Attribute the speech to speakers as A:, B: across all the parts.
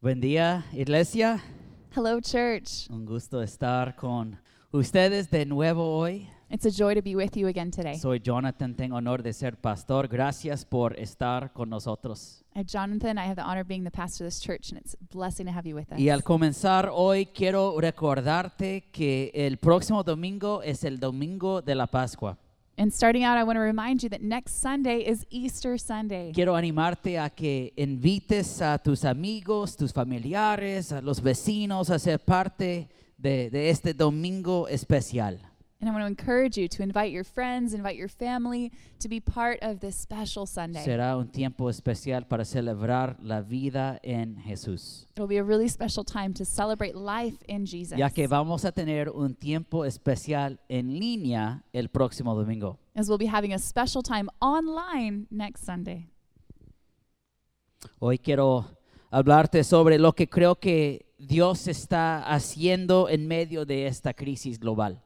A: Buen día, iglesia.
B: Hello, church.
A: Un gusto estar con ustedes de nuevo hoy.
B: It's a joy to be with you again today.
A: Soy Jonathan, tengo honor de ser pastor. Gracias por estar con nosotros.
B: I'm Uh, Jonathan. I have the honor of being the pastor of this church, and it's a blessing to have you with us.
A: Y al comenzar hoy quiero recordarte que el próximo domingo es el domingo de la Pascua.
B: And starting out, I want to remind you that next Sunday is Easter Sunday.
A: Quiero animarte a que invites a tus amigos, tus familiares, a los vecinos a ser parte de, de este domingo especial.
B: And I want to encourage you to invite your friends, invite your family to be part of this special Sunday.
A: Será un tiempo especial para celebrar la vida en Jesús,
B: It'll be a really special time to celebrate life in Jesus.
A: ya que vamos a tener un tiempo especial en línea el próximo domingo.
B: As we'll be having a special time online next Sunday.
A: Hoy quiero hablarte sobre lo que creo que Dios está haciendo en medio de esta crisis global.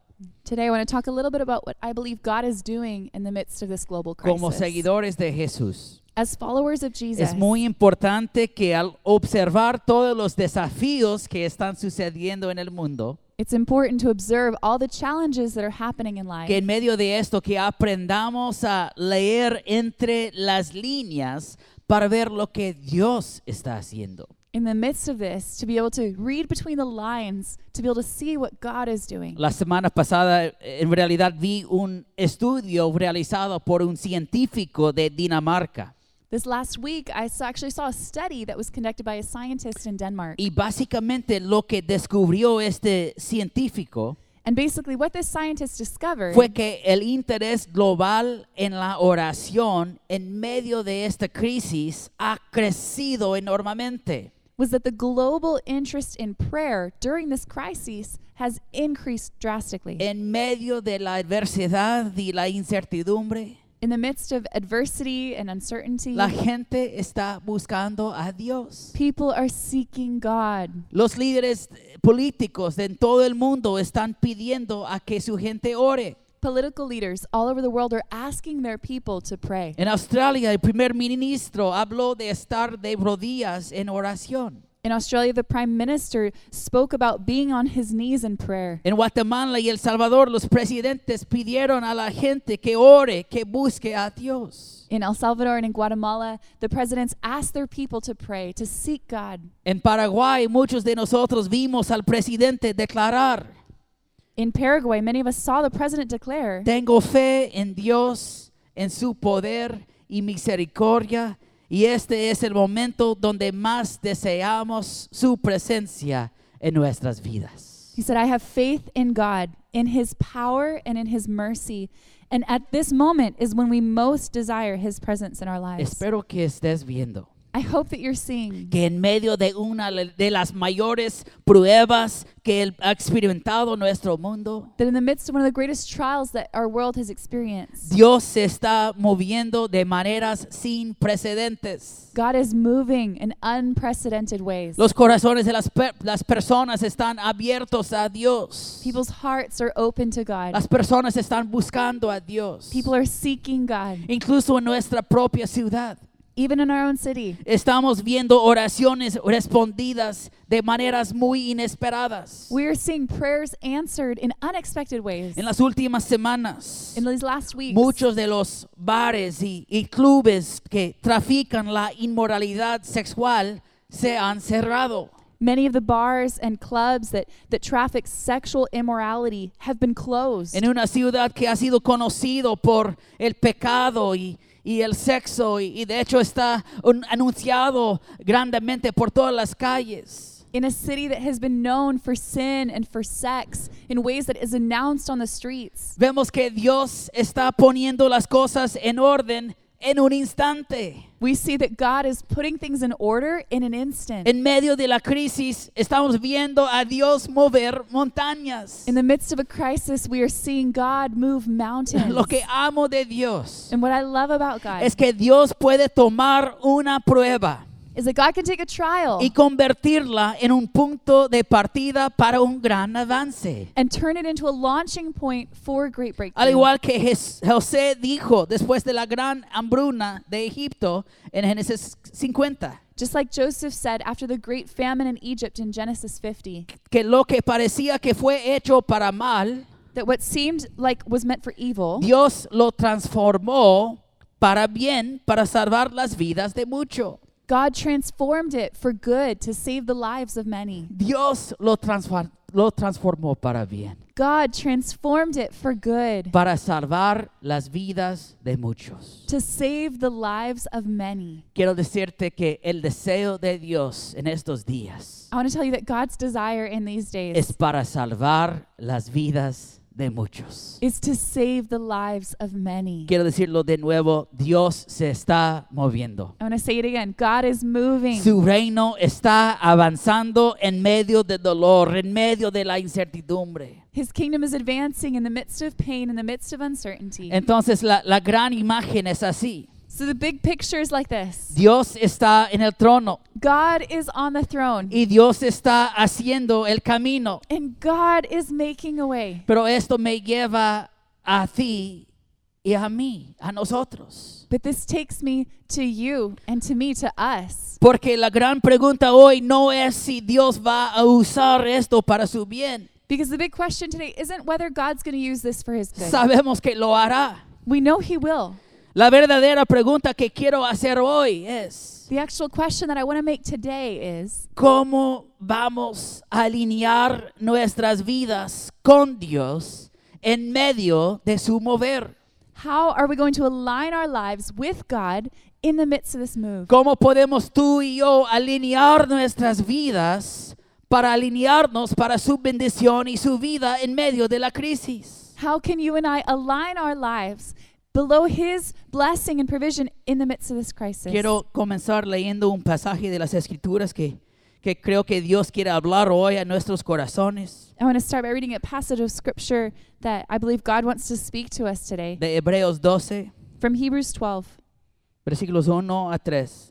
B: Today, I want to talk a little bit about what I believe God is doing in the midst of this global crisis.
A: Como seguidores de Jesús,
B: As followers of Jesus,
A: es muy importante que al observar todos los desafíos que están sucediendo en el mundo,
B: It's important to observe all the challenges that are happening in life.
A: que en medio de esto que aprendamos a leer entre las líneas para ver lo que Dios está haciendo.
B: in the midst of this, to be able to read between the lines, to be able to see what God is doing.
A: La semana pasada eh, en realidad vi un estudio realizado por un científico de Dinamarca
B: This last week, I saw, actually saw a study that was conducted by a scientist in Denmark.
A: y básicamente lo que descubrió este científico
B: And basically, what this scientist discovered
A: fue que el interés global en la oración en medio de esta crisis ha crecido enormemente.
B: was that the global interest in prayer during this crisis has increased drastically.
A: en medio de la adversidad y la incertidumbre,
B: in the midst of adversity and uncertainty,
A: la gente está buscando a Dios.
B: people are seeking God.
A: Los líderes políticos en todo el mundo están pidiendo a que su gente ore.
B: Political leaders all over the world are asking their people to pray.
A: En Australia, el primer ministro habló de estar de rodillas en oración.
B: In Australia, the Prime Minister spoke about being on his knees in prayer.
A: En Guatemala y El Salvador, los presidentes pidieron a la gente que ore, que busque a Dios.
B: In El Salvador and in Guatemala, the presidents asked their people to pray, to seek God.
A: En Paraguay, muchos de nosotros vimos al presidente declarar
B: In Paraguay, many of us saw the president declare,
A: Tengo fe en Dios, en su poder y misericordia, y este es el momento donde más deseamos su presencia en nuestras vidas.
B: He said, I have faith in God, in his power and in his mercy. And at this moment is when we most desire his presence in our lives.
A: Espero que estés viendo
B: I hope that you're seeing
A: que en medio de una de las mayores pruebas que el- ha experimentado nuestro mundo,
B: that in the midst of one of the greatest trials that our world has experienced,
A: Dios se está moviendo de maneras sin precedentes.
B: God is moving in unprecedented ways.
A: Los corazones de las, per- las personas están abiertos a Dios.
B: People's hearts are open to God.
A: Las personas están buscando a Dios.
B: People are seeking God,
A: Incluso en nuestra propia ciudad.
B: even in our own city.
A: Estamos viendo oraciones respondidas de maneras muy inesperadas.
B: We are seeing prayers answered in unexpected ways.
A: En las últimas semanas,
B: In these last weeks,
A: muchos de los bares y, y clubes que trafican la inmoralidad sexual se han cerrado.
B: many of the bars and clubs that, that traffic sexual immorality have been closed.
A: En una ciudad que ha sido conocido por el pecado y, y el sexo y, y de hecho está un- anunciado grandemente por todas las calles.
B: in a city that has been known for sin and for sex in ways that is announced on the streets.
A: Vemos que Dios está poniendo las cosas en orden en un instante.
B: We see that God is putting things in order in an instant.
A: En medio de la crisis estamos viendo a Dios mover montañas.
B: in the midst of a crisis, we are seeing God move mountains.
A: Lo que amo de Dios
B: and what I love about God
A: es que Dios puede tomar una prueba
B: is that God can take a trial
A: y convertirla en un punto de partida para un gran avance.
B: and turn it into a launching point for a great breakthrough.
A: Al igual que Jes- José dijo después de la gran hambruna de Egipto en Génesis 50.
B: Just like Joseph said after the great famine in Egypt in Genesis 50,
A: que lo que parecía que fue hecho para mal,
B: that what seemed like was meant for evil,
A: Dios lo transformó para bien, para salvar las vidas de muchos.
B: God transformed it for good to save the lives of many.
A: Dios lo, transfor- lo transformó para bien,
B: God transformed it for good
A: para salvar las vidas de muchos.
B: to save the lives of many.
A: Quiero decirte que el deseo de Dios en estos días
B: I want to tell you that God's desire in these days
A: es para salvar las vidas de muchos.
B: is to save the lives of many.
A: Quiero decirlo de nuevo, Dios se está moviendo.
B: I want to say it again. God is moving.
A: Su reino está avanzando en medio del dolor, en medio de la incertidumbre.
B: His kingdom is advancing in the midst of pain, in the midst of uncertainty.
A: Entonces la, la gran imagen es así.
B: so the big picture is like this
A: Dios está en el trono
B: God is on the throne,
A: y Dios está haciendo el camino.
B: and God is making a way.
A: Pero esto me lleva a ti y a mí, a nosotros.
B: But this takes me to you and to me, to us.
A: Porque la gran pregunta hoy no es si Dios va a usar esto para su bien.
B: Because the big question today isn't whether God's going to use this for his good.
A: Sabemos que lo hará.
B: we know he will.
A: La verdadera pregunta que quiero hacer hoy es,
B: The actual question that I want to make today is
A: ¿cómo vamos a alinear nuestras vidas con Dios en medio de su mover?
B: how are we going to align our lives with God in the midst of this move?
A: ¿Cómo podemos tú y yo alinear nuestras vidas para alinearnos para su bendición y su vida en medio de la crisis?
B: How can you and I align our lives below His blessing and provision in the midst of this crisis?
A: Quiero comenzar leyendo un pasaje de las Escrituras que, que creo que Dios quiere hablar hoy a nuestros corazones,
B: I want to start by reading a passage of scripture that I believe God wants to speak to us today
A: de Hebreos 12,
B: from Hebrews 12,
A: versículos 1 a 3.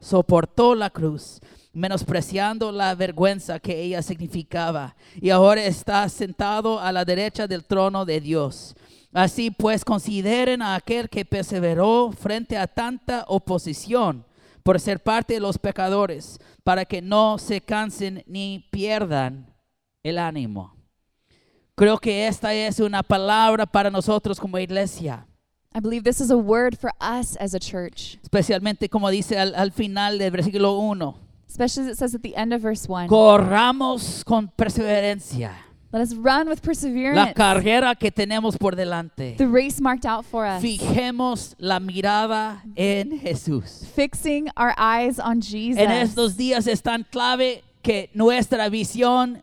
A: soportó la cruz, menospreciando la vergüenza que ella significaba, y ahora está sentado a la derecha del trono de Dios. Así pues, consideren a aquel que perseveró frente a tanta oposición por ser parte de los pecadores, para que no se cansen ni pierdan el ánimo. Creo que esta es una palabra para nosotros como iglesia,
B: I believe this is a word for us as a church,
A: especialmente como dice al, al final del versículo 1.
B: especially as it says at the end of verse 1.
A: Corramos con perseverancia
B: Let us run with perseverance
A: la carrera que tenemos por delante.
B: the race marked out for us,
A: Fijemos la mirada en Jesús.
B: fixing our eyes on Jesus.
A: En estos días es tan clave que nuestra visión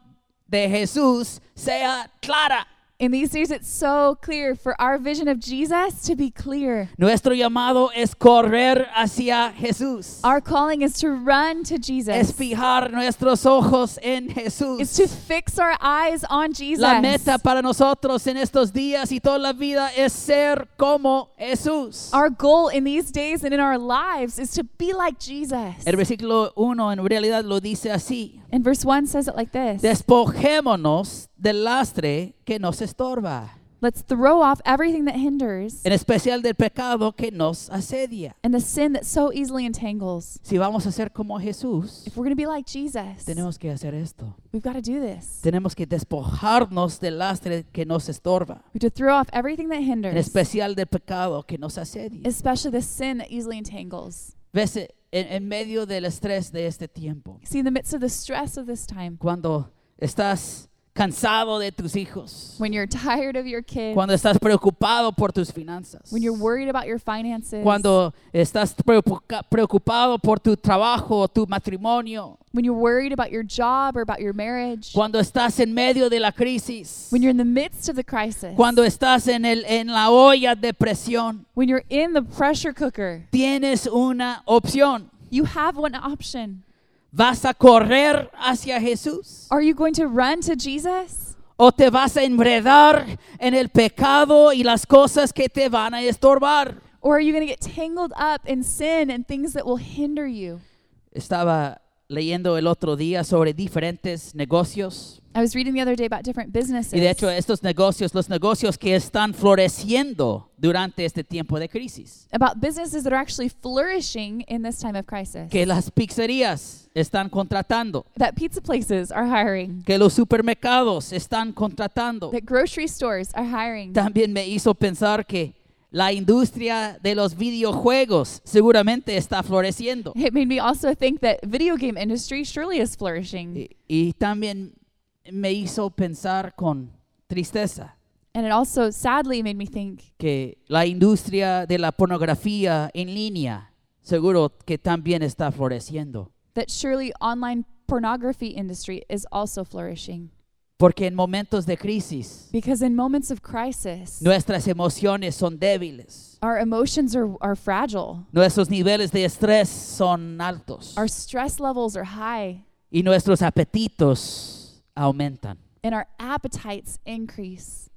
A: de Jesús sea clara.
B: In these days, it's so clear for our vision of Jesus to be clear.
A: Nuestro llamado es correr hacia Jesús.
B: Our calling is to run to Jesus.
A: es fijar nuestros ojos en
B: It's
A: Jesús.
B: to fix our eyes on Jesus.
A: La meta para nosotros en estos días y toda la vida es ser como Jesús.
B: our goal in these days and in our lives is to be like Jesus.
A: El versículo 1 en realidad lo dice así.
B: And verse 1 says it like this
A: Despojémonos del lastre que nos estorba,
B: Let's throw off everything that hinders
A: en especial del pecado que nos asedia.
B: and the sin that so easily entangles.
A: Si vamos a ser como Jesús,
B: If we're going to be like Jesus,
A: tenemos que hacer esto.
B: we've got to do this.
A: Tenemos que despojarnos del lastre que nos estorba,
B: We have to throw off everything that
A: en
B: hinders,
A: especial del pecado que nos asedia.
B: especially the sin that easily entangles.
A: Ves, eh, en, en medio del estrés de este tiempo,
B: See, in the midst of the stress of this time,
A: cuando estás cansado de tus hijos,
B: when you're tired of your kids,
A: cuando estás preocupado por tus finanzas,
B: when you're worried about your finances,
A: cuando estás preocupa- preocupado por tu trabajo o tu matrimonio,
B: when you're worried about your job or about your marriage,
A: cuando estás en medio de la crisis,
B: when you're in the midst of the crisis,
A: cuando estás en, el, en la olla de presión,
B: when you're in the pressure cooker,
A: tienes una opción.
B: you have one option.
A: ¿Vas a correr hacia Jesús?
B: Are you going to run to Jesus?
A: ¿O te vas a enredar en el pecado y las cosas que te van a estorbar?
B: Or are you going to get tangled up in sin and things that will hinder you?
A: Estaba leyendo el otro día sobre diferentes negocios.
B: I was reading the other day about different businesses.
A: Y de hecho eh, estos negocios, los negocios que están floreciendo durante este tiempo de crisis.
B: about businesses that are actually flourishing in this time of crisis.
A: Que las pizzerías están contratando.
B: That pizza places are hiring.
A: Que los supermercados están contratando.
B: That grocery stores are hiring.
A: También me hizo pensar que la industria de los videojuegos seguramente está floreciendo.
B: It made me also think that video game industry surely is flourishing.
A: Y, y también me hizo pensar con tristeza
B: And it also sadly made me think
A: que la industria de la pornografía en línea seguro que también está floreciendo.
B: that surely online pornography industry is also flourishing.
A: Porque en momentos de crisis
B: Because in moments of crisis,
A: nuestras emociones son débiles,
B: our emotions are, are fragile.
A: nuestros niveles de estrés son altos
B: Our stress levels are high
A: y nuestros apetitos aumentan.
B: and our appetites increase.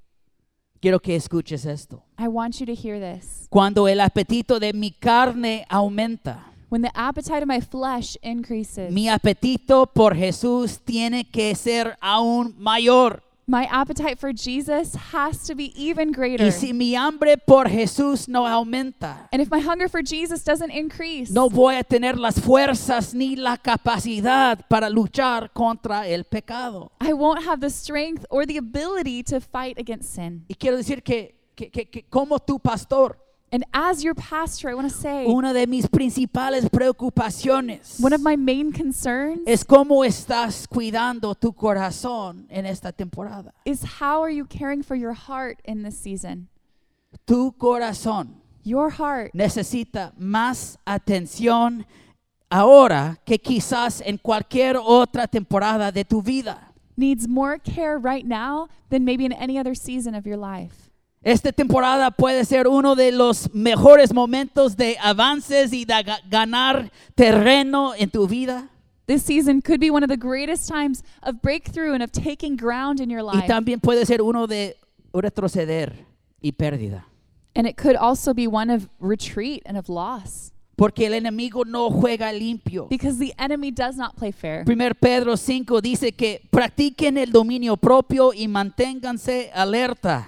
A: Quiero que escuches esto.
B: I want you to hear this.
A: Cuando el apetito de mi carne aumenta,
B: When the appetite of my flesh increases,
A: mi apetito por Jesús tiene que ser aún mayor.
B: my appetite for Jesus has to be even greater.
A: Y si mi hambre por Jesús no aumenta,
B: and if my hunger for Jesus doesn't increase,
A: no voy a tener las fuerzas ni la capacidad para luchar contra el pecado.
B: I won't have the strength or the ability to fight against sin.
A: Y quiero decir que, que- que- que como tu pastor,
B: And as your pastor, I want to say
A: una de mis principales preocupaciones
B: one of my main concerns
A: es cómo estás cuidando tu corazón en esta temporada.
B: is how are you caring for your heart in this season?
A: Tu corazón
B: Your heart
A: necesita más atención ahora que quizás en cualquier otra temporada de tu vida.
B: needs more care right now than maybe in any other season of your life.
A: Esta temporada puede ser uno de los mejores momentos de avances y de ga- ganar terreno en tu vida.
B: This season could be one of the greatest times of breakthrough and of taking ground in your
A: Y
B: life.
A: también puede ser uno de retroceder y pérdida.
B: And it could also be one of retreat and of loss
A: Porque el enemigo no juega limpio.
B: because the enemy does not play fair.
A: 1 Pedro 5 dice que practiquen el dominio propio y manténganse alerta.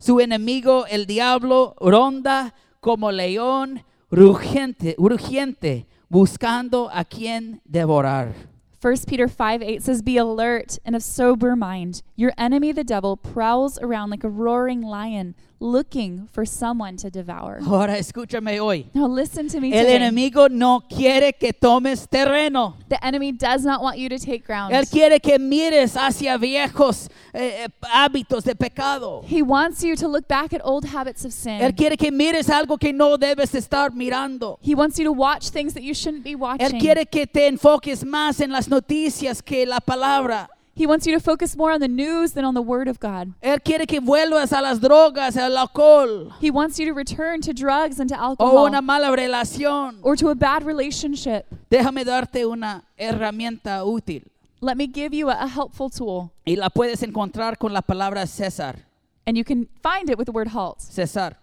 A: Su enemigo, el diablo, ronda como león rugiente, rugiente buscando a quien devorar.
B: 1 Peter 5 8 says, Be alert and of sober mind. Your enemy, the devil, prowls around like a roaring lion looking for someone to devour.
A: Ahora escúchame hoy.
B: Now listen to me.
A: El
B: today.
A: enemigo no quiere que tomes terreno.
B: The enemy does not want you to take ground.
A: Él quiere que mires hacia viejos eh, eh, hábitos de pecado.
B: He wants you to look back at old habits of sin.
A: Él quiere que mires algo que no debes estar mirando.
B: he wants you to watch things that you shouldn't be watching.
A: Él quiere que te enfoques más en las noticias que la palabra.
B: he wants you to focus more on the news than on the Word of God.
A: Él quiere que vuelvas a las drogas, al alcohol
B: He wants you to return to drugs and to
A: o
B: alcohol
A: una mala relación.
B: or to a bad relationship.
A: Déjame darte una herramienta útil
B: Let me give you a, a helpful tool.
A: y la puedes encontrar con la palabra César.
B: And you can find it with the word halt.
A: César.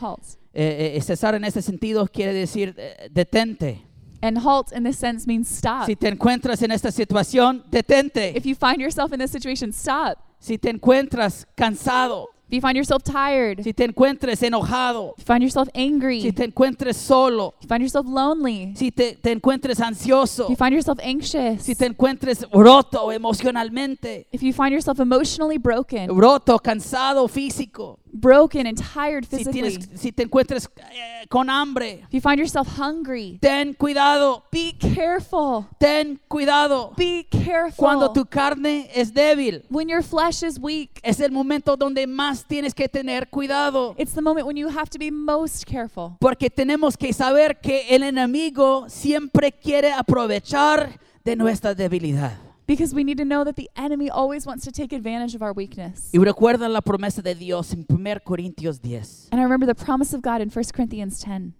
B: Halt.
A: Eh, eh, César en ese sentido quiere decir eh, detente.
B: And halt in this sense means stop.
A: Si te encuentras en esta situación, detente.
B: Ah. If you find yourself in this situation, stop.
A: Si te encuentras cansado,
B: If you find yourself tired, if
A: si te encuentres enojado,
B: you find yourself angry,
A: si
B: if
A: te encuentres solo,
B: you find yourself lonely,
A: si te, te encuentres ansioso,
B: if you find yourself anxious,
A: si te encuentres roto emocionalmente,
B: if you find yourself emotionally broken,
A: roto, cansado físico,
B: broken and tired
A: si,
B: physically,
A: tienes, si te encuentres eh, con hambre,
B: if you find yourself hungry,
A: ten cuidado,
B: be careful.
A: ten cuidado.
B: Be careful.
A: Cuando tu carne es débil,
B: when your flesh is weak,
A: es el momento donde más tienes que tener cuidado.
B: it's the moment when you have to be most careful.
A: Porque tenemos que saber que el enemigo siempre quiere aprovechar de nuestra debilidad.
B: Because we need to know that the enemy always wants to take advantage of our weakness.
A: Y recuerda la promesa de Dios en 1 Corintios 10,
B: And I remember the promise of God in 1 Corinthians 10,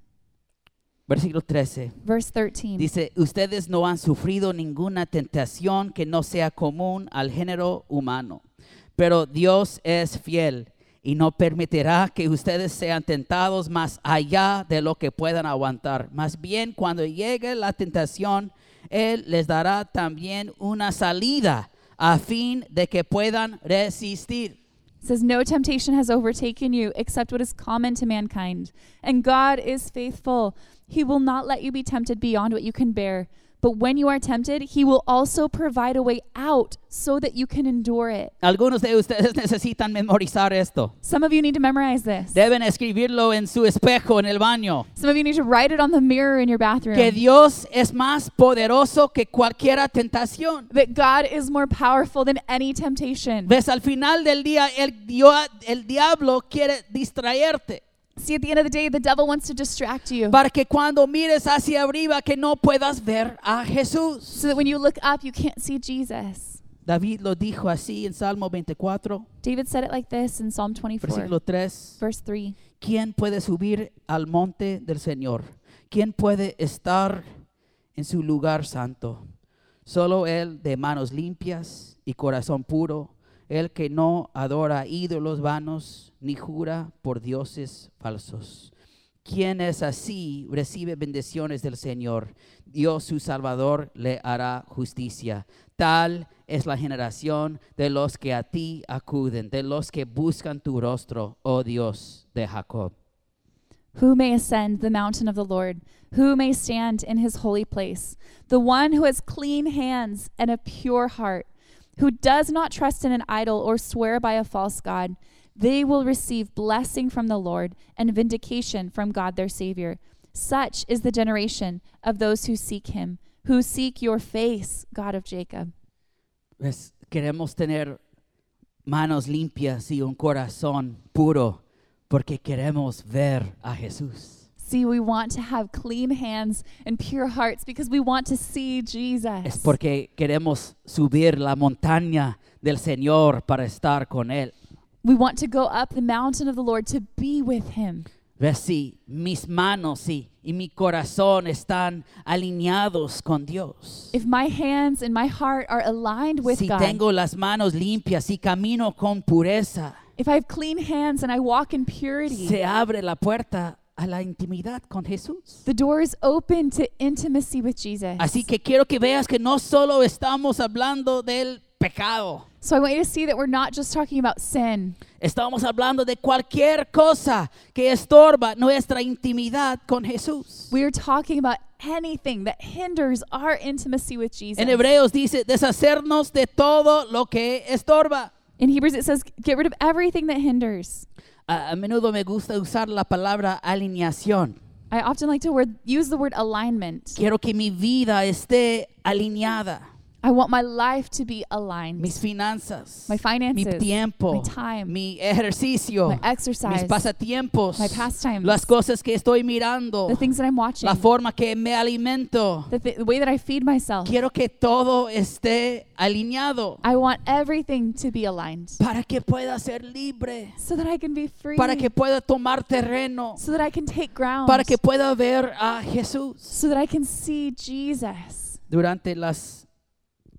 A: Versículo 13.
B: Verse 13
A: Dice, ustedes no han sufrido ninguna tentación que no sea común al género humano, pero Dios es fiel y no permitirá que ustedes sean tentados más allá de lo que puedan aguantar. Más bien, cuando llegue la tentación, Él les dará también una salida a fin de que puedan resistir.
B: says, No temptation has overtaken you except what is common to mankind. And God is faithful. He will not let you be tempted beyond what you can bear. But when you are tempted, He will also provide a way out so that you can endure it.
A: Algunos de ustedes necesitan memorizar esto.
B: Some of you need to memorize this.
A: Deben escribirlo en su espejo en el baño.
B: Some of you need to write it on the mirror in your bathroom.
A: Que Dios es más poderoso que cualquier tentación.
B: that God is more powerful than any temptation.
A: Ves, al final del día el, dio- el diablo quiere distraerte
B: See, at the end of the day, the devil wants to distract you
A: para que cuando mires hacia arriba que no puedas ver a Jesús.
B: so that when you look up, you can't see Jesus.
A: David lo dijo así en Salmo 24,
B: David said it like this in Psalm 24,
A: versículo 3.
B: verse 3.
A: ¿Quién puede subir al monte del Señor? ¿Quién puede estar en su lugar santo? Solo Él de manos limpias y corazón puro, el que no adora ídolos vanos ni jura por dioses falsos. Quien es así recibe bendiciones del Señor. Dios su Salvador le hará justicia. Tal es la generación de los que a ti acuden, de los que buscan tu rostro, oh Dios de Jacob.
B: Who may ascend the mountain of the Lord? Who may stand in his holy place? The one who has clean hands and a pure heart, who does not trust in an idol or swear by a false God. They will receive blessing from the Lord and vindication from God their Savior. Such is the generation of those who seek him, who seek your face, God of Jacob.
A: Pues, queremos tener manos limpias y un corazón puro porque queremos ver a Jesús.
B: See, we want to have clean hands and pure hearts because we want to see Jesus.
A: Es porque queremos subir la montaña del Señor para estar con Él.
B: We want to go up the mountain of the Lord to be with him.
A: Ve si mis manos sí, y mi corazón están alineados con Dios.
B: If my hands and my heart are aligned with
A: si
B: God,
A: tengo las manos limpias y camino con pureza,
B: if I have clean hands and I walk in purity,
A: se abre la puerta a la intimidad con Jesús.
B: the door is open to intimacy with Jesus.
A: Así que quiero que veas que no solo estamos hablando del pecado,
B: so I want you to see that we're not just talking about sin.
A: estamos hablando de cualquier cosa que estorba nuestra intimidad con Jesús.
B: We are talking about anything that hinders our intimacy with Jesus.
A: En Hebreos dice, deshacernos de todo lo que estorba.
B: in Hebrews, it says, get rid of everything that hinders.
A: A, a menudo me gusta usar la palabra alineación.
B: I often like to word, use the word alignment.
A: Quiero que mi vida esté alineada.
B: I want my life to be aligned.
A: Mis finanzas,
B: My finances,
A: mi tiempo,
B: my time,
A: mi ejercicio,
B: my exercise,
A: mis pasatiempos,
B: my pastimes,
A: las cosas que estoy mirando,
B: the things that I'm watching,
A: la forma que me alimento.
B: the, th- the way that I feed myself.
A: Quiero que todo esté alineado
B: I want everything to be aligned
A: para que pueda ser libre,
B: so that I can be free,
A: para que pueda tomar terreno,
B: so that I can take ground,
A: para que pueda ver a Jesús.
B: so that I can see Jesus.
A: Durante las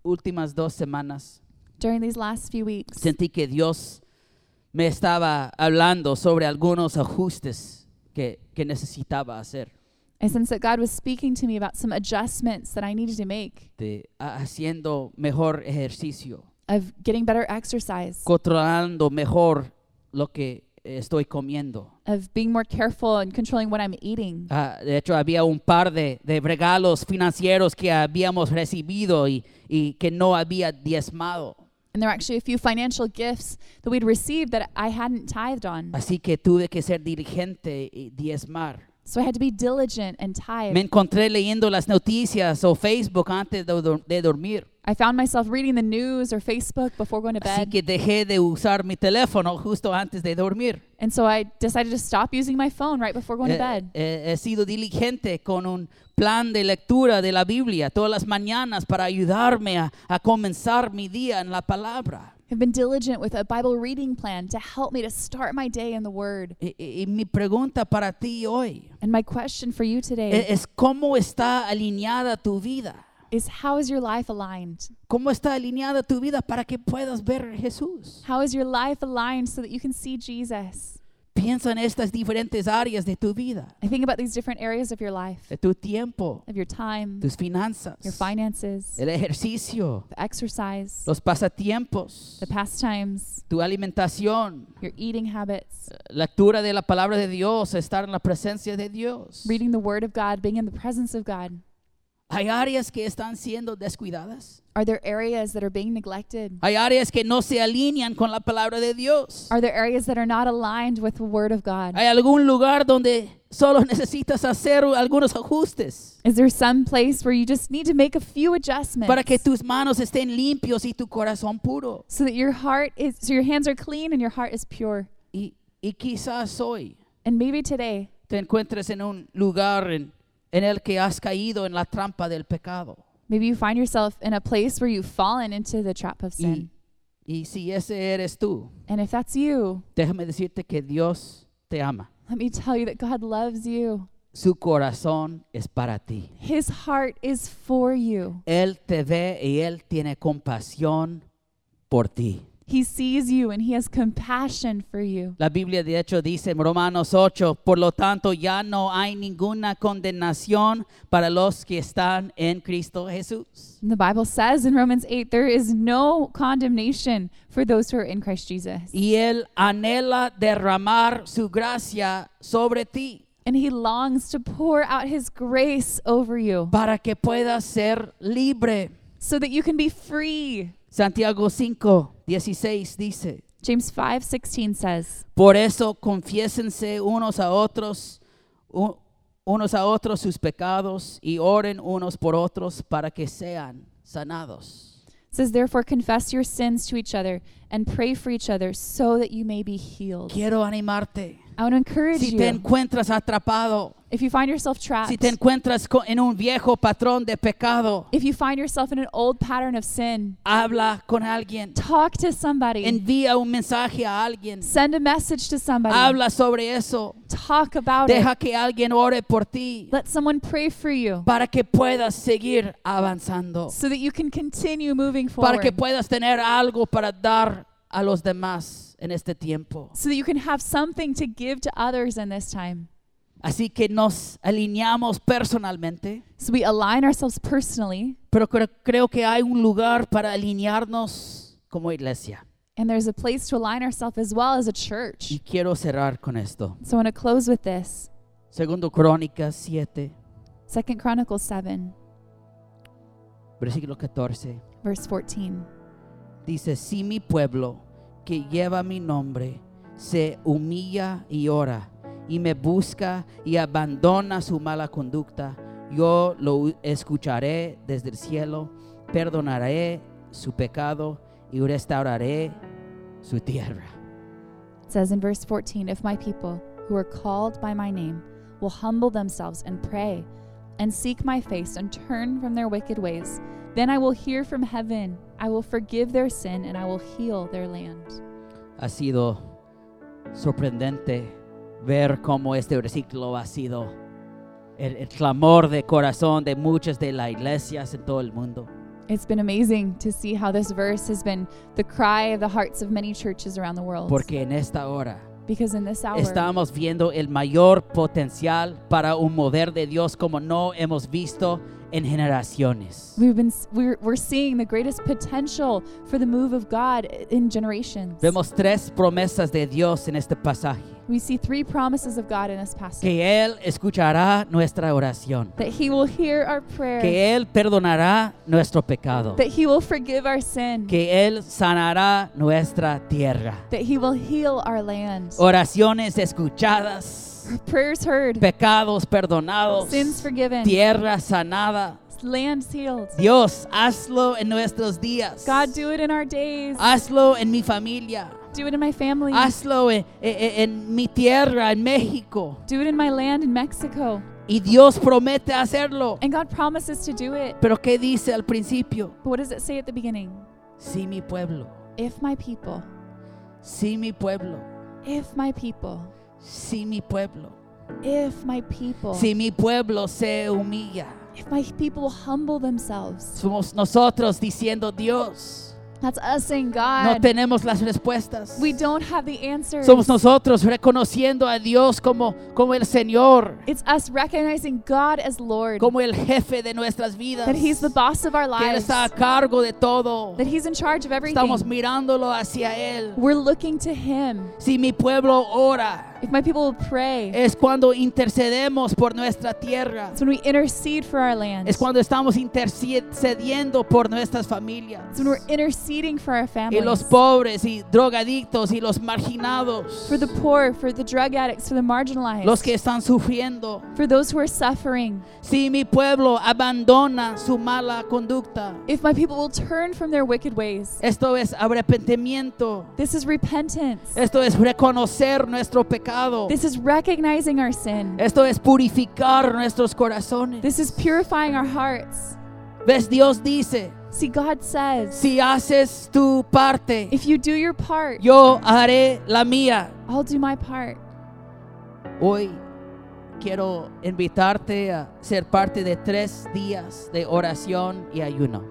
A: últimas dos semanas
B: During these last few weeks,
A: sentí que Dios me estaba hablando sobre algunos ajustes que, que necesitaba hacer,
B: I sense that God was speaking to me about some adjustments that I needed to make
A: de ha- haciendo mejor ejercicio,
B: of getting better exercise,
A: controlando mejor lo que estoy comiendo.
B: of being more careful and controlling what I'm eating.
A: Ah, de hecho, había un par de, de regalos financieros que habíamos recibido y, y que no había diezmado.
B: And there were actually a few financial gifts that we'd received that I hadn't tithed on.
A: Así que tuve que ser diligente y diezmar.
B: So I had to be diligent and tithe.
A: Me encontré leyendo las noticias o Facebook antes de dur- de dormir.
B: I found myself reading the news or Facebook before going to
A: Así
B: bed.
A: que dejé de usar mi teléfono justo antes de dormir.
B: and so I decided to stop using my phone right before going
A: Eh,
B: to bed.
A: eh, he sido diligente con un plan de lectura de la Biblia todas las mañanas para ayudarme a, a comenzar mi día en la palabra.
B: I've been diligent with a Bible reading plan to help me to start my day in the Word.
A: Y, y- y mi pregunta para ti hoy
B: And my question for you today
A: e- es cómo está alineada tu vida.
B: is how is your life aligned?
A: ¿Cómo está alineada tu vida para que puedas ver a Jesús?
B: How is your life aligned so that you can see Jesus?
A: Piensa en estas diferentes áreas de tu vida,
B: I think about these different areas of your life,
A: de tu tiempo,
B: of your time,
A: tus finanzas,
B: your finances,
A: el ejercicio,
B: the exercise,
A: los pasatiempos,
B: the pastimes,
A: tu alimentación,
B: your eating habits,
A: lectura de la palabra de Dios, estar en la presencia de Dios.
B: reading the Word of God, being in the presence of God.
A: Hay áreas que están siendo descuidadas.
B: Are there areas that are being neglected?
A: Hay áreas que no se alinean con la palabra de Dios.
B: Are there areas that are not aligned with the Word of God?
A: Hay algún lugar donde solo necesitas hacer algunos ajustes
B: Is there some place where you just need to make a few adjustments
A: para que tus manos estén limpios y tu corazón puro.
B: so that your heart is so your hands are clean and your heart is pure?
A: Y, y quizás hoy
B: And maybe today
A: te encuentres en un lugar en, en el que has caído en la trampa del pecado.
B: Maybe you find yourself in a place where you've fallen into the trap of
A: Y,
B: sin.
A: y si ese eres tú,
B: And if that's you,
A: déjame decirte que Dios te ama.
B: let me tell you that God loves you.
A: Su corazón es para ti.
B: His heart is for you.
A: Él te ve y Él tiene compasión por ti.
B: He sees you and he has compassion for you.
A: La Biblia de hecho dice en Romanos 8, por lo tanto ya no hay ninguna condenación para los que están en Cristo Jesús.
B: And the Bible says in Romans 8 there is no condemnation for those who are in Christ Jesus.
A: Y Él anhela derramar su gracia sobre ti
B: And he longs to pour out his grace over you
A: para que puedas ser libre.
B: so that you can be free.
A: Santiago 5, 16 dice,
B: James 5:16 says,
A: Por eso confiésense unos a otros, u- unos a otros sus pecados y oren unos por otros para que sean sanados.
B: says therefore confess your sins to each other and pray for each other so that you may be healed.
A: Quiero animarte.
B: I want to encourage
A: Si te
B: you.
A: encuentras atrapado,
B: If you find yourself trapped,
A: si te encuentras co- en un viejo patrón de pecado,
B: if you find yourself in an old pattern of sin,
A: habla con alguien,
B: talk to somebody.
A: envía un mensaje a alguien,
B: Send a message to somebody.
A: habla sobre eso,
B: Talk about it.
A: deja que alguien ore por ti
B: Let someone pray for you
A: para que puedas seguir avanzando.
B: so that you can continue moving
A: para
B: forward.
A: que puedas tener algo para dar a los demás en este tiempo.
B: so that you can have something to give to others in this time.
A: Así que nos alineamos personalmente,
B: So we align ourselves personally,
A: pero cre- creo que hay un lugar para alinearnos como iglesia.
B: and there's a place to align ourselves as well as
A: Y
B: a church.
A: quiero cerrar con esto.
B: So I want to close with this.
A: Segundo Crónicas 7,
B: Second Chronicles 7,
A: versículo 14.
B: verse 14.
A: Dice, si mi pueblo que lleva mi nombre se humilla y ora y me busca y abandona su mala conducta, yo lo escucharé desde el cielo, perdonaré su pecado y restauraré su tierra.
B: It says in verse 14 If my people, who are called by my name, will humble themselves and pray and seek my face and turn from their wicked ways, then I will hear from heaven, I will forgive their sin, and I will heal their land.
A: Ha sido sorprendente ver cómo este versículo ha sido el, el clamor de corazón de muchas de las iglesias en todo el mundo.
B: It's been amazing to see how this verse has been the cry of the hearts of many churches around the world.
A: Porque en esta hora
B: because in this hour,
A: Estamos viendo el mayor potencial para un mover de Dios como no hemos visto en generaciones.
B: we've been we're, we're seeing the greatest potential for the move of God in generations.
A: Vemos tres promesas de Dios en este pasaje.
B: We see three promises of God in this passage.
A: Que Él escuchará nuestra oración.
B: that he will hear our prayer,
A: Que Él perdonará nuestro pecado.
B: that he will forgive our sin,
A: Que Él sanará nuestra tierra.
B: that he will heal our land.
A: Oh. Oraciones escuchadas.
B: Prayers heard,
A: Pecados perdonados.
B: sins forgiven,
A: Tierra sanada.
B: land sealed.
A: Dios, hazlo en nuestros días.
B: God, do it in our days.
A: Ah. Hazlo en mi familia.
B: Do it in my family.
A: Hazlo en, en- en mi tierra, en México.
B: Do it in my land in Mexico.
A: Y Dios promete hacerlo.
B: And God promises to do it.
A: Pero ¿qué dice al principio?
B: But what does it say at the beginning?
A: Si mi pueblo,
B: If my people,
A: si mi pueblo,
B: if my people,
A: si mi pueblo,
B: if my people,
A: si mi pueblo se humilla.
B: if my people humble themselves.
A: Somos nosotros diciendo Dios.
B: That's us saying,
A: No
B: God,
A: tenemos las respuestas.
B: we don't have the answers.
A: Somos nosotros reconociendo a Dios como, como el Señor,
B: It's us recognizing God as Lord,
A: como el jefe de nuestras vidas.
B: that He's the boss of our
A: que Él
B: lives,
A: está a cargo de todo.
B: that He's in charge of
A: Estamos
B: everything.
A: mirándolo hacia Él.
B: We're looking to Him.
A: Si mi pueblo ora,
B: If my people will pray,
A: es cuando intercedemos por nuestra tierra.
B: it's when we intercede for our land,
A: Es
B: it's
A: cuando estamos intercediendo por nuestras familias.
B: when we're interceding for our
A: Y los
B: families,
A: pobres y drogadictos y los marginados.
B: for the poor, for the drug addicts, for the
A: Los que
B: marginalized,
A: están sufriendo.
B: for those who are suffering.
A: Si mi pueblo abandona su mala conducta.
B: If my people will turn from their wicked ways,
A: Esto es arrepentimiento.
B: this is repentance.
A: Esto es reconocer nuestro pecado.
B: This is recognizing our sin.
A: Esto es purificar nuestros corazones.
B: This is purifying our hearts.
A: ¿Ves? Dios dice,
B: See, God says,
A: si haces tu parte,
B: if you do your part,
A: yo haré la mía.
B: I'll do my part.
A: Hoy quiero invitarte a ser parte de tres días de oración y ayuno.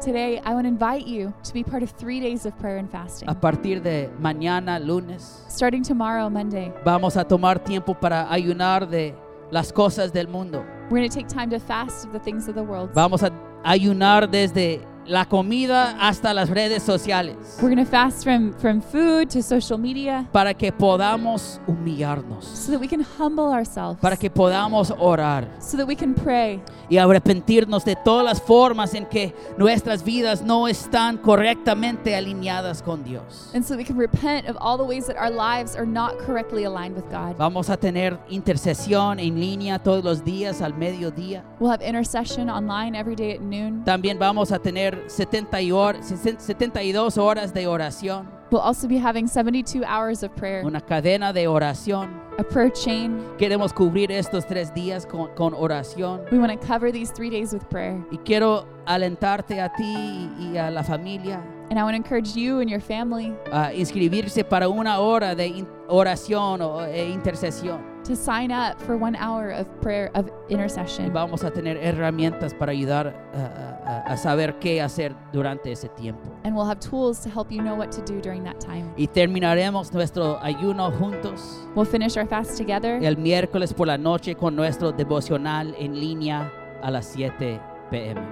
B: Today, I want to invite you to be part of three days of prayer and fasting.
A: A partir de mañana, lunes,
B: Starting tomorrow, Monday,
A: vamos a tomar tiempo para ayunar de las cosas del mundo.
B: we're going to take time to fast of the things of the world.
A: Vamos a ayunar desde la comida hasta las redes sociales
B: We're going to fast from, from food to social media
A: para que podamos humillarnos,
B: so that we can humble ourselves,
A: para que podamos orar
B: so that we can pray
A: y arrepentirnos de todas las formas en que nuestras vidas no están correctamente alineadas con Dios.
B: and so that we can repent of all the ways that our lives are not correctly aligned with God.
A: Vamos a tener intercesión en línea todos los días al mediodía.
B: We'll have intercession online every day at noon.
A: También vamos a tener 70 y hor- 60 72 horas de oración,
B: We'll also be having 72 hours of prayer,
A: una cadena de oración.
B: a prayer chain.
A: Queremos cubrir estos tres días con, con oración.
B: We want to cover these three days with prayer.
A: Y quiero alentarte a ti y a la familia
B: And I want to encourage you and your family
A: a inscribirse para una hora de in- oración o, e intercesión.
B: to sign up for one hour of prayer of
A: Y
B: intercession.
A: vamos a tener herramientas para ayudar a- a- a- a saber qué hacer durante ese tiempo.
B: And we'll have tools to help you know what to do during that time.
A: Y terminaremos nuestro ayuno juntos
B: We'll finish our fast together
A: el miércoles por la noche con nuestro devocional en línea a las 7 pm.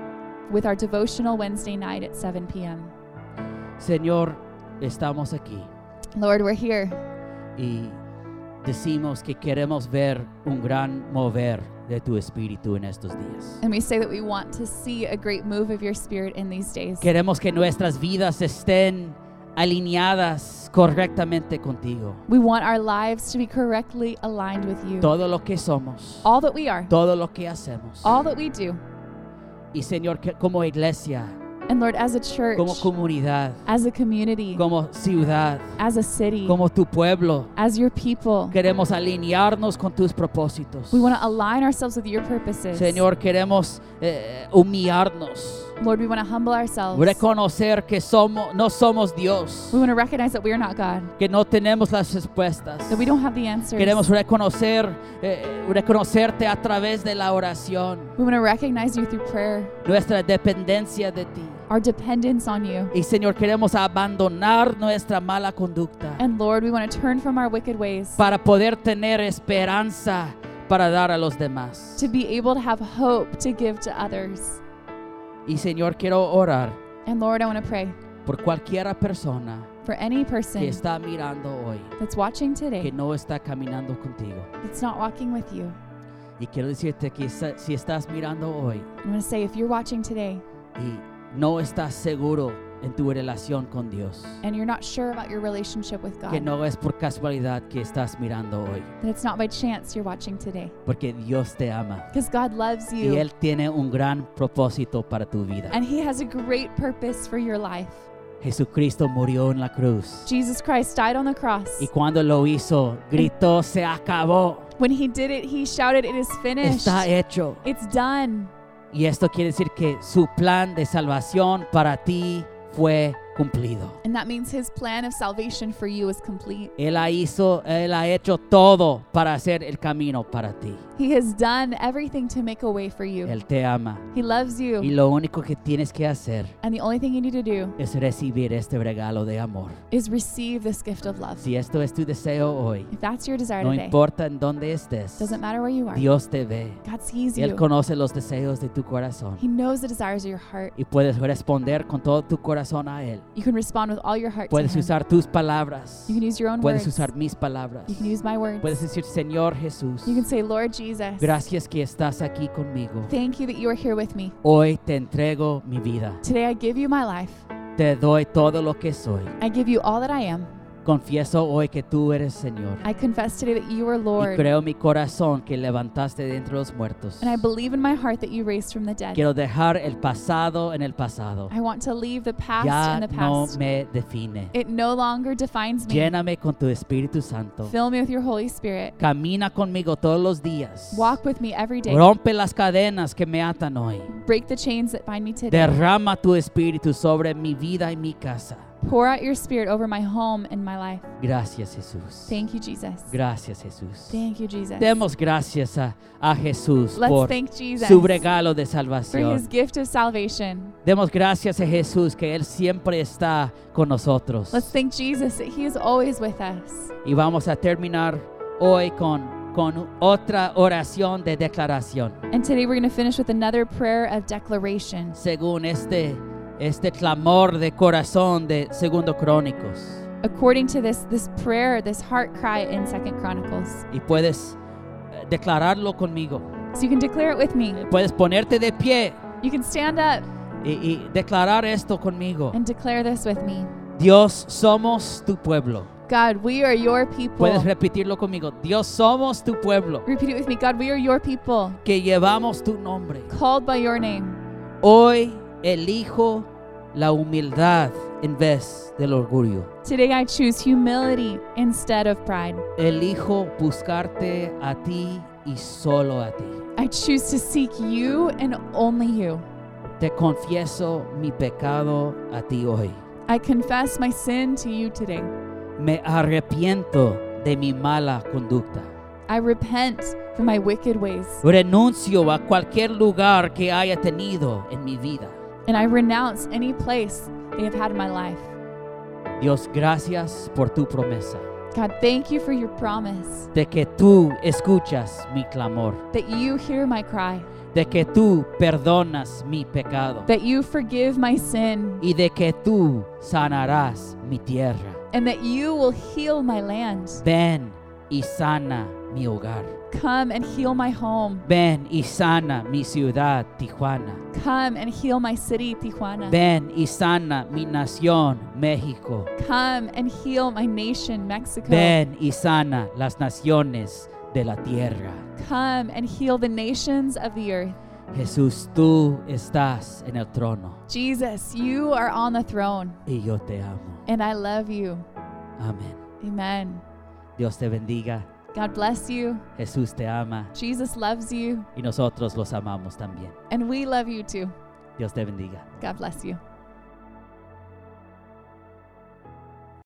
B: with our devotional Wednesday night at 7 p.m.
A: Señor, estamos aquí
B: Lord, we're here
A: y decimos que queremos ver un gran mover de tu espíritu en estos días.
B: and we say that we want to see a great move of your spirit in these days.
A: Queremos que nuestras vidas estén alineadas correctamente contigo.
B: We want our lives to be correctly aligned with you.
A: Todo lo que somos,
B: All that we are,
A: todo lo que hacemos.
B: all that we do.
A: Y Señor, que como iglesia,
B: And Lord, as a church,
A: como comunidad,
B: as a community,
A: como ciudad,
B: as a city,
A: como tu pueblo.
B: as your people,
A: Queremos alinearnos con tus propósitos.
B: we want to align ourselves with your purposes.
A: Señor, queremos eh, humillarnos,
B: Lord, we want to humble ourselves.
A: reconocer que somos, no somos Dios,
B: We want to recognize that we are not God,
A: que no tenemos las respuestas.
B: that we don't have the answers.
A: Queremos reconocer, eh, reconocerte a través de la oración,
B: We want to recognize you through prayer,
A: nuestra dependencia de ti.
B: our dependence on you.
A: Y Señor, queremos abandonar nuestra mala conducta
B: And Lord, we want to turn from our wicked ways
A: para poder tener esperanza para dar a los demás.
B: to be able to have hope to give to others.
A: Y Señor, quiero orar
B: And Lord, I want to pray
A: por cualquiera persona
B: for any
A: que
B: person
A: está mirando hoy,
B: that's watching
A: que
B: today
A: no está caminando contigo.
B: that's not walking with you.
A: Y quiero decirte que sa- si estás mirando hoy
B: I'm going to say, if you're watching today
A: y no estás seguro en tu relación con Dios.
B: and you're not sure about your relationship with God,
A: Que no es por casualidad que estás mirando hoy,
B: that it's not by chance you're watching today.
A: porque Dios te ama
B: Because God loves you,
A: y Él tiene un gran propósito para tu vida.
B: and He has a great purpose for your life.
A: Jesucristo murió en la cruz
B: Jesus Christ died on the cross.
A: y cuando lo hizo, gritó, se acabó,
B: When He did it, He shouted, It is finished.
A: está hecho.
B: It's done.
A: Y esto quiere decir que su plan de salvación para ti fue cumplido.
B: And that means His plan of salvation for you is complete.
A: Él ha, hizo, él ha hecho todo para hacer el camino para ti.
B: He has done everything to make a way for you.
A: Él te ama.
B: He loves you.
A: Y lo único que tienes que hacer
B: and the only thing you need to do
A: es recibir este regalo de amor.
B: is receive this gift of love.
A: Si esto es tu deseo hoy,
B: If that's your desire
A: no
B: today,
A: importa en dónde estés,
B: doesn't matter where you are.
A: Dios te ve.
B: God sees
A: Y Él
B: you.
A: conoce los deseos de tu corazón.
B: He knows the desires of your heart.
A: Y puedes responder con todo tu corazón a Él.
B: You can respond with all your heart to
A: Puedes
B: him.
A: usar tus palabras.
B: You can use your own
A: Puedes
B: words.
A: usar mis palabras.
B: you can use my words.
A: Puedes decir, Señor Jesús,
B: you can say, Lord Jesus,
A: gracias que estás aquí conmigo.
B: thank you that you are here with me.
A: Hoy te entrego mi vida.
B: Today I give you my life.
A: Te doy todo lo que soy.
B: I give you all that I am.
A: Confieso hoy que tú eres Señor.
B: I confess today that you are
A: Y
B: Lord.
A: creo en mi corazón que levantaste de entre los muertos.
B: And I believe in my heart that you raised from the dead.
A: Quiero dejar el pasado en el pasado.
B: I want to leave the past
A: Ya
B: in the
A: no
B: past.
A: me define.
B: It no longer defines me.
A: Lléname con tu Espíritu Santo.
B: Fill me with your Holy Spirit.
A: Camina conmigo todos los días.
B: Walk with me every day.
A: Rompe las cadenas que me atan hoy.
B: Break the chains that bind me today.
A: Derrama tu espíritu sobre mi vida y mi casa.
B: Pour out your spirit over my home and my life.
A: Gracias Jesús.
B: Thank you, Jesus.
A: Gracias Jesús.
B: Thank you, Jesus.
A: Demos gracias a, a Jesús
B: Let's
A: por
B: thank Jesus
A: su regalo de
B: for his
A: salvación.
B: gift of salvation.
A: Demos gracias a Jesús que Él siempre está con nosotros.
B: Let's thank Jesus that he is always with us.
A: Y vamos a terminar hoy con, con otra oración de declaración.
B: And today we're going to finish with another prayer of declaration.
A: Según este, este clamor de corazón de Segundo Crónicos.
B: According to this this prayer, this heart cry in 2nd Chronicles.
A: Y puedes eh, declararlo conmigo.
B: So you can declare it with me.
A: Puedes ponerte de pie
B: You can stand up
A: y, y declarar esto conmigo.
B: and declare this with me.
A: Dios, somos tu pueblo.
B: God, we are your people.
A: Puedes repetirlo conmigo. Dios, somos tu pueblo.
B: Repeat it with me. God, we are your people,
A: Que llevamos tu nombre.
B: called by your name.
A: Hoy elijo la humildad en vez del orgullo.
B: Today I choose humility instead of pride.
A: Elijo buscarte a ti y solo a ti.
B: I choose to seek you and only you.
A: Te confieso mi pecado a ti hoy.
B: I confess my sin to you today.
A: Me arrepiento de mi mala conducta.
B: I repent for my wicked ways,
A: Renuncio a cualquier lugar que haya tenido en mi vida.
B: and I renounce any place they have had in my life.
A: Dios, gracias por tu promesa
B: God, thank you for your promise
A: de que tú escuchas mi clamor,
B: that you hear my cry,
A: de que tú perdonas mi pecado
B: that you forgive my sin,
A: y de que tú sanarás mi tierra.
B: and that you will heal my land.
A: Ven y sana mi hogar.
B: Come and heal my home.
A: Ven y sana mi ciudad, Tijuana.
B: Come and heal my city, Tijuana.
A: Ven y sana mi nación, México.
B: Come and heal my nation, Mexico.
A: Ven y sana las naciones de la tierra.
B: Come and heal the nations of the earth.
A: Jesús, tú estás en el trono
B: Jesus, you are on the throne,
A: y yo te amo.
B: and I love you.
A: Amén.
B: Amen.
A: Dios te bendiga.
B: God bless you.
A: Jesús te ama
B: Jesus loves you,
A: y nosotros los amamos también.
B: and we love you too.
A: Dios te bendiga.
B: God bless you.